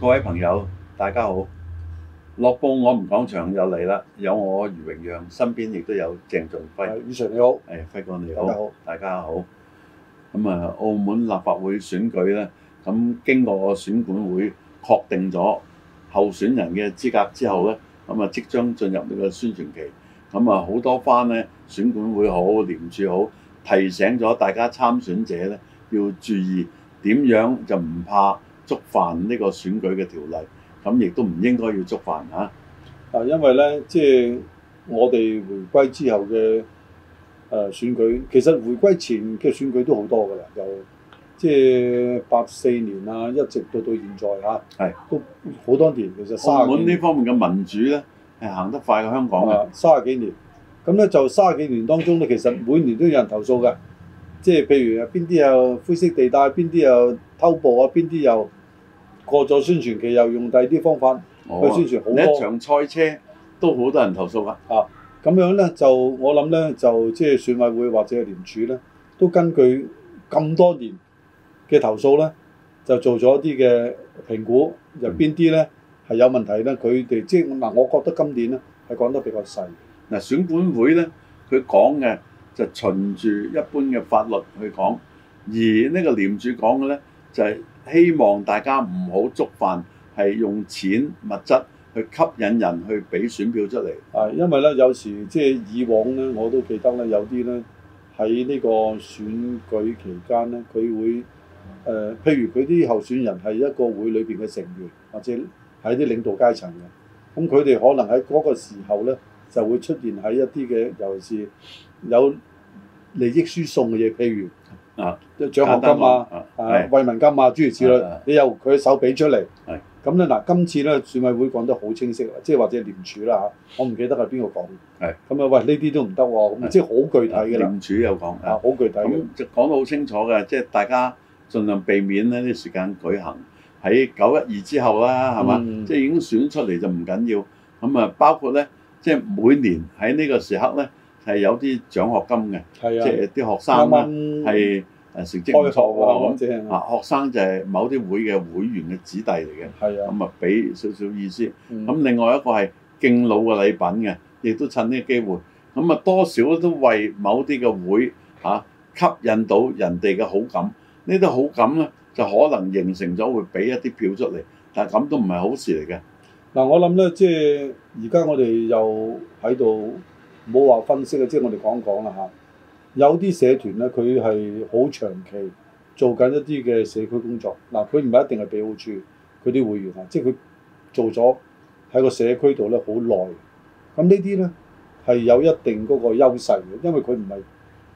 各位朋友，大家好！樂報我們講場又嚟啦，有我余榮讓，身邊亦都有鄭仲輝。宇常你好，誒，哎輝哥你大好，家好。大家好。咁啊，澳門立法會選舉咧，咁經過選管會確定咗候選人嘅資格之後咧，咁啊即將進入呢個宣傳期。咁啊，好多番咧，選管會好，廉署好，提醒咗大家參選者咧要注意點樣就唔怕觸犯呢個選舉嘅條例，咁亦都唔應該要觸犯嚇。啊，因為咧，即係我哋回歸之後嘅誒、呃、選舉，其實回歸前嘅選舉都好多㗎啦，由即係八四年啊，一直到到現在嚇、啊，係都好多年，其實澳三十幾門呢年方面嘅民主咧係行得快過香港嘅，啊，三十幾年。咁咧就三十幾年當中咧，其實每年都有人投訴㗎，即係譬如啊，邊啲又灰色地帶，邊啲又偷步啊，邊啲又過咗宣傳期又用第二啲方法。我啊佢宣傳好你一多場賽車都好多人投訴啊㗎。咁樣咧就我諗咧就即係選委會或者係廉署咧，都根據咁多年嘅投訴咧，就做咗一啲嘅評估，入邊啲咧係有問題咧，佢哋即係嗱，我覺得今年咧係講得比較細，嗱，選管會咧，佢講嘅就循住一般嘅法律去講，而呢個廉署講嘅咧就係、希望大家唔好觸犯，係用錢物質去吸引人去俾選票出嚟。啊，因為咧有時即係以往咧我都記得咧有啲咧喺呢個選舉期間咧，佢會誒、呃譬如佢啲候選人係一個會裏邊嘅成員，或者係啲領導階層嘅，咁佢哋可能喺嗰個時候咧就會出現喺一啲嘅，尤其是有利益輸送嘅嘢，譬如啊獎學金啊、啊，啊係惠民金啊諸如此啊啊類，你由佢手俾出嚟係，咁咧嗱，今次咧選委會講得好清晰啦，即係或者廉署啦嚇，我唔記得係邊個講，係咁啊喂呢啲都唔得喎，係咁即係好具體嘅啦，廉署有講啊啊，好具體嘅，咁就講得好清楚嘅，即係大家盡量避免呢啲時間舉行喺九一二之後啦，係嘛？嗯即係已經選出嚟就唔緊要。咁啊，包括咧，即係每年喺呢個時刻咧係有啲獎學金嘅。係即啊，係啲學啱生咧啱係誒成績唔開錯學啊，咁喎即係咁啊，學生就係某啲會嘅會員嘅子弟嚟嘅，係啊，嗯咁啊俾少少意思。咁咁另外一個係敬老嘅禮品嘅，亦都趁呢個機會，咁啊多少都為某啲嘅會嚇、啊吸引到人哋嘅好感，呢啲好感咧就可能形成咗會俾一啲票出嚟，但係咁都唔係好事嚟嘅。嗱，我諗咧，即係而家我哋又喺度冇話分析啊，即係我哋講講啦嚇。有啲社團咧，佢係好長期做緊一啲嘅社區工作。嗱，佢唔係一定係俾好處佢啲會員啊，即係佢做咗喺個社區度咧好耐。咁呢啲咧係有一定嗰個優勢嘅，因為佢唔係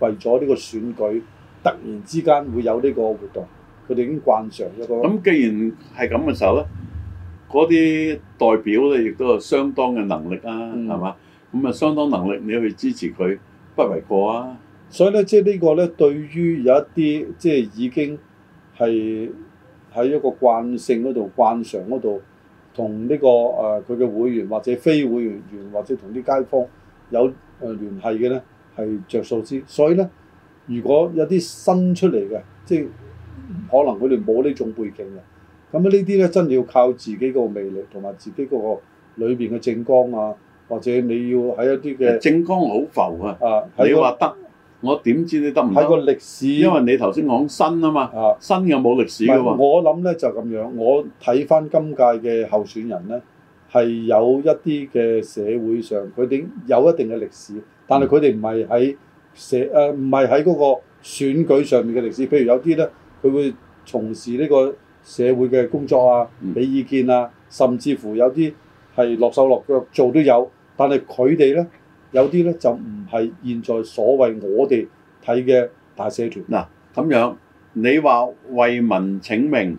為咗呢個選舉突然之間會有呢個活動，佢哋已經慣常一個。咁既然係咁嘅時候咧，嗰啲代表咧亦都有相當嘅能力啊，嗯係嘛、咁啊，相當能力你去支持佢，不為過啊。所以咧，即係呢個咧，對於有一啲即係已經係喺一個慣性嗰度、慣常嗰度，同呢、個誒佢嘅會員或者非會員或者同啲街坊有誒、呃、聯繫嘅咧，係着數之。所以咧，如果有啲新出嚟嘅，即係可能佢哋冇呢種背景嘅，咁呢啲咧真係要靠自己個魅力同埋自己嗰個裏邊嘅政綱啊，或者你要喺一啲嘅政綱好浮啊，啊你喺個話得，我點知你得唔喺個得？歷史因為你頭先講新啊嘛，啊。新嘅冇歷史嘅唔係喎。我諗咧就咁樣，我睇翻今屆嘅候選人咧，係有一啲嘅社會上佢哋有一定嘅歷史，但係佢哋唔係喺社誒唔係喺嗰個選舉上面嘅歷史。譬如有啲咧，佢會從事呢個社會嘅工作啊嗯，俾意見啊，甚至乎有啲係落手落腳做都有，但係佢哋咧有啲咧就唔係現在所謂我哋睇嘅大社團。咁樣你話為民請命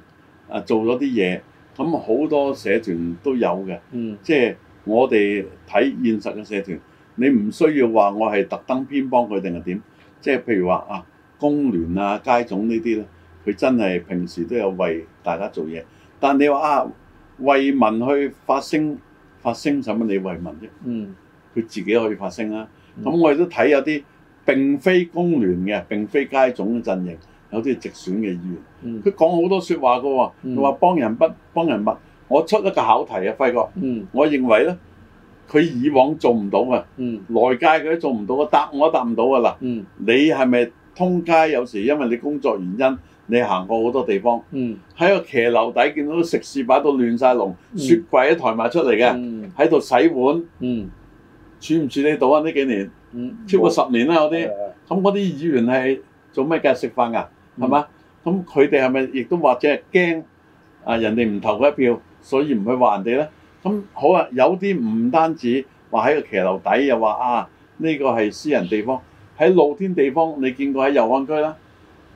啊，做咗啲嘢，咁好多社團都有嘅。嗯，即係我哋睇現實嘅社團，你唔需要話我係特登偏幫佢定係點？即係譬如話啊，工聯啊、街總呢啲咧，佢真係平時都有為大家做嘢。但你話啊，為民去發聲，發聲使乜你為民啫？嗯，佢自己可以發聲啦。啊嗯咁我亦都睇有啲並非工聯嘅，並非街總嘅陣營，有啲係直選嘅議員。嗯。佢講好多説話嘅喎，嗯佢話幫人不幫人物，我出一個考題啊，輝哥，嗯我認為咧，佢以往做唔到嘅，嗯內街佢都做唔到嘅，答我都答唔到㗎啦。嗯你係咪通街有時因為你工作原因，你行過好多地方，嗯喺個騎樓底見到食肆擺到亂晒龍，嗯雪櫃都抬埋出嚟嘅，嗯喺度洗碗，嗯處唔處理到啊？呢幾年嗯，超過十年啦，嗰啲係。係咁嗰啲議員係做咩嘅？食飯啊，嗯係嘛？咁佢哋係咪亦都或者係驚啊人哋唔投佢一票，所以唔去話人哋咧？咁好啊，有啲唔單止話喺個騎樓底，又話啊呢、個係私人地方，喺露天地方你見過喺油安區啦，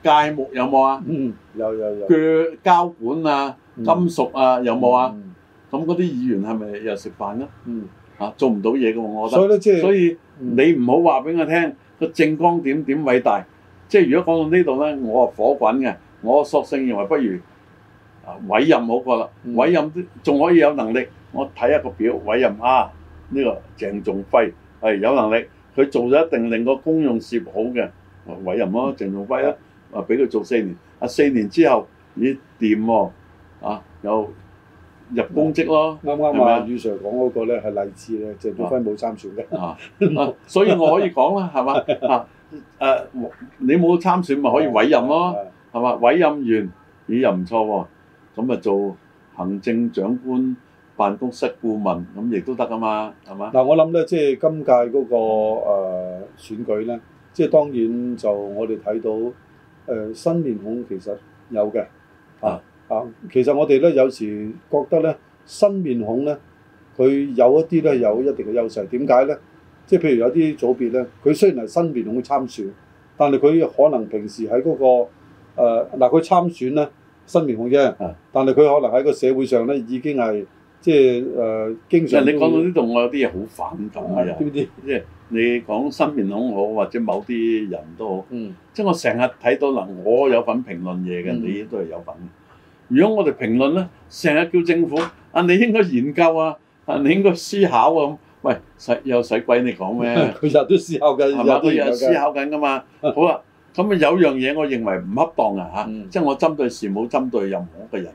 界木有冇啊？嗯有有有鋸膠管啊、金屬啊有冇啊？？嗯咁嗰啲議員係咪又食飯咧？嗯，啊，做唔到嘢嘅喎，我覺得。所以咧即係所以嗯你唔好話俾我聽個正光點點偉大，即係如果講到呢度咧，我啊火滾嘅，我索性認為不如啊委任好過啦，嗯委任啲仲可以有能力，我睇下個表委任啊呢、個鄭仲輝係有能力，佢做咗一定令個公用事業好嘅，咪委任嗯咯鄭仲輝啦，啊俾佢做四年，啊四年之後咦掂喎啊又入公職咯。啱啱係啊咪，宇 Sir 講嗰個咧係勵志咧，鄭仲輝冇參選嘅。啊，啊所以我可以講啦，係 嘛？啊誒，你冇參選咪可以委任咯，係。係嘛？委任完，咦又唔錯喎，咁啊做行政長官辦公室顧問，咁亦都得噶嘛，係嘛？嗱，我諗咧，即係今屆嗰個誒選舉咧，即係當然就我哋睇到誒新面孔其實有嘅啊啊，其實我哋咧有時覺得咧新面孔咧，佢有一啲咧有一定嘅優勢。點解咧？即係譬如有啲組別咧，佢雖然係新面孔參選，但係佢可能平時喺嗰個誒嗱，佢參選咧新面孔啫啊，但係佢可能喺個社會上咧已經係即係誒經即係常你都講到呢度，我有啲嘢好反感啊！ 知又唔知？即係你講新面孔好，或者某啲人都好，嗯即係我成日睇到嗱，我有份評論嘢嘅，嗯你都係有份嘅。如果我哋評論咧，成日叫政府啊，你應該研究啊，啊你應該思考啊咁，喂，使又使鬼你講 咩？ 佢日都思考緊，係嘛？佢日又都思考緊 噶嘛。好啦，咁啊有樣嘢我認為唔恰當啊嚇，嗯即係我針對事冇針對任何一個人。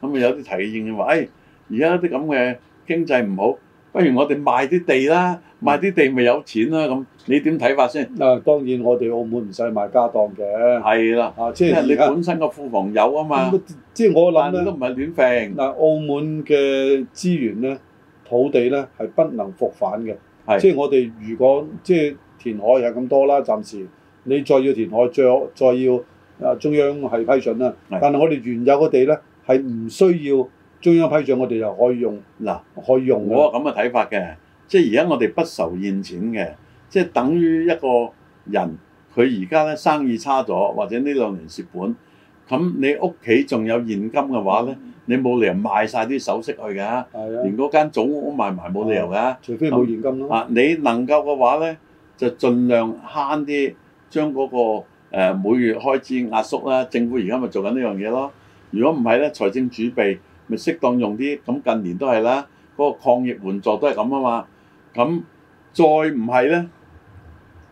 咁啊有啲提議認為，誒而家啲咁嘅經濟唔好，不如我哋賣啲地啦，賣啲地咪有錢啦咁。你點睇法先？啊，當然我哋澳門唔使賣家當嘅，係啦。啊，即因為係你而家本身個庫房有啊嘛，即係我諗但你都咧，唔係亂揈，嗱，澳門嘅資源咧，土地咧係不能復返嘅，係即係我哋如果即係填海係咁多啦，暫時你再要填海，再再要啊中央係批准啦，係但係我哋原有嘅地咧係唔需要中央批准，我哋就可以用，嗱，可以用我嘅，有咁嘅睇法嘅，即係而家我哋不愁現錢嘅，即係等於一個人佢而家咧生意差咗，或者呢兩年蝕本，咁你屋企仲有現金嘅話咧，你冇理由賣晒啲首飾去㗎，係啊，連嗰間祖屋賣埋冇理由㗎。除非冇現金啦，啊，你能夠嘅話咧，就盡量慳啲，將嗰、個、呃、每月開支壓縮啦。政府而家咪做緊呢樣嘢咯。如果唔係咧，財政儲備咪適當用啲。咁近年都係啦，嗰、個抗疫援助都係咁啊嘛。咁再唔係咧，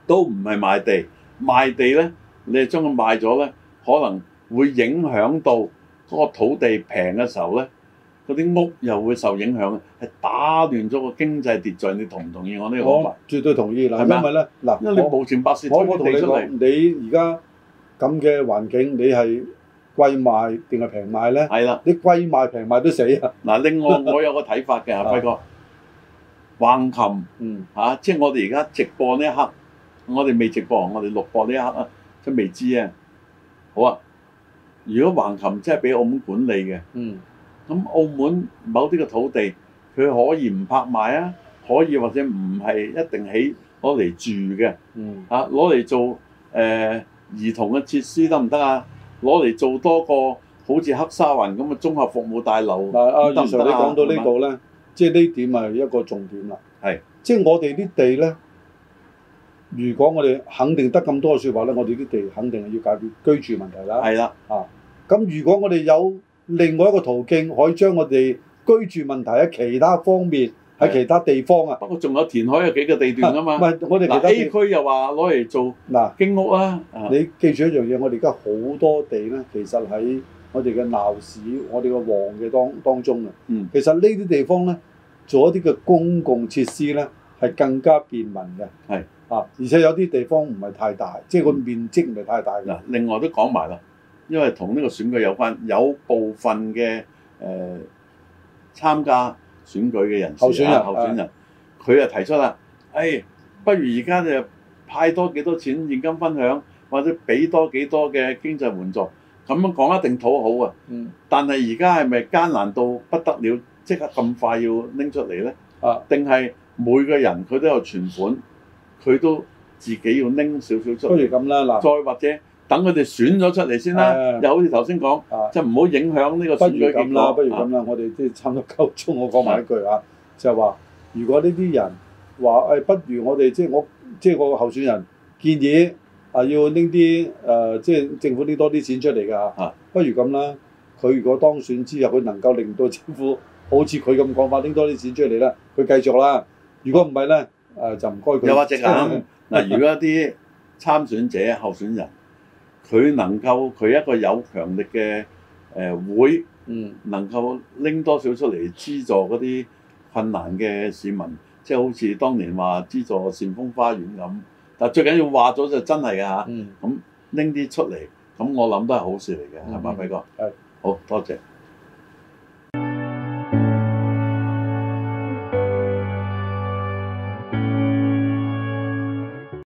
都唔係賣地，賣地咧，你係將佢賣咗咧，可能會影響到嗰個土地平嘅時候咧。嗰啲屋又會受影響，係打亂咗個經濟秩序。你同唔同意我呢個講我法？絕對同意嗱，係咪啊因為咧嗱，因為你我冇錢百事推我啲我同你地出嚟，講，你而家咁嘅環境，你係貴賣定係平賣咧？係啦。你貴賣平賣都死啊！嗱，另外我有個睇法嘅，阿輝哥，橫琴嗯嚇、啊即係我哋而家直播呢一刻，我哋未直播，我哋錄播呢一刻啊，即係未知啊。好啊，如果橫琴真係俾澳門管理嘅，嗯咁澳門某啲嘅土地，佢可以唔拍賣啊，可以或者唔係一定起攞嚟住嘅。嗯啊，攞嚟做誒、呃、兒童嘅設施得唔得啊？攞嚟做多個好似黑沙環咁嘅綜合服務大樓，嗱，阿得余唔 Sir 你得啊講到呢度咧，即係呢點係一個重點啦。係，即係我哋啲地咧，如果我哋肯定得咁多嘅説話咧，我哋啲地肯定係要解決居住問題啦。係啦，咁如果我哋有另外一個途徑，可以將我哋居住問題喺其他方面，喺係其他地方啊，不過仲有填海有幾個地段啊唔嘛。係我哋其嗱他 A 地區又話攞嚟做嗱。經屋啦，啊你記住一樣嘢，我哋而家好多地咧，其實喺我哋嘅鬧市、我哋嘅旺嘅當當中啊。嗯其實呢啲地方咧，做一啲嘅公共設施咧，係更加便民嘅。係嗯啊，而且有啲地方唔係太大，即係個面積唔係太大嘅。嗱，另外都講埋啦，因為同呢個選舉有關，有部分嘅誒、呃、參加選舉嘅人士候選人啊候選人，佢啊提出啦，誒、不如而家就派多幾多錢現金分享，或者俾多幾多嘅經濟援助，咁樣講一定討好啊！嗯但係而家係咪艱難到不得了，即刻咁快要拎出嚟呢？啊，定係每個人佢都有存款，佢都自己要拎少少不出如嚟，咁啦，嗱，再或者等佢哋選咗出嚟先啦啊。又好似頭先講，啊。即係唔好影響呢個不選如舉結咁啦，果。不如啊咁啦，我哋即係差唔多夠鐘，我講埋一句啊， 就係話如果呢啲人話誒、不如我哋即係我即係個候選人建議啊，要拎啲誒，即係政府拎多啲錢出嚟㗎、啊不如咁啦，佢如果當選之後，佢能夠令到政府好似佢咁講法拎多啲錢出嚟啦，佢繼續啦。如果唔係咧，誒、就唔該佢。又或者咁嗱，如果一啲參選者候選人，佢能夠佢一個有強力嘅誒、呃、會。 嗯，能夠拎多少出嚟資助嗰啲困難嘅市民，即係好似當年話資助善豐花園咁。但最緊要話咗就真係㗎嚇，嗯。拎啲出嚟，咁我諗都係好事嚟嘅，係咪嗯輝哥？係好多謝。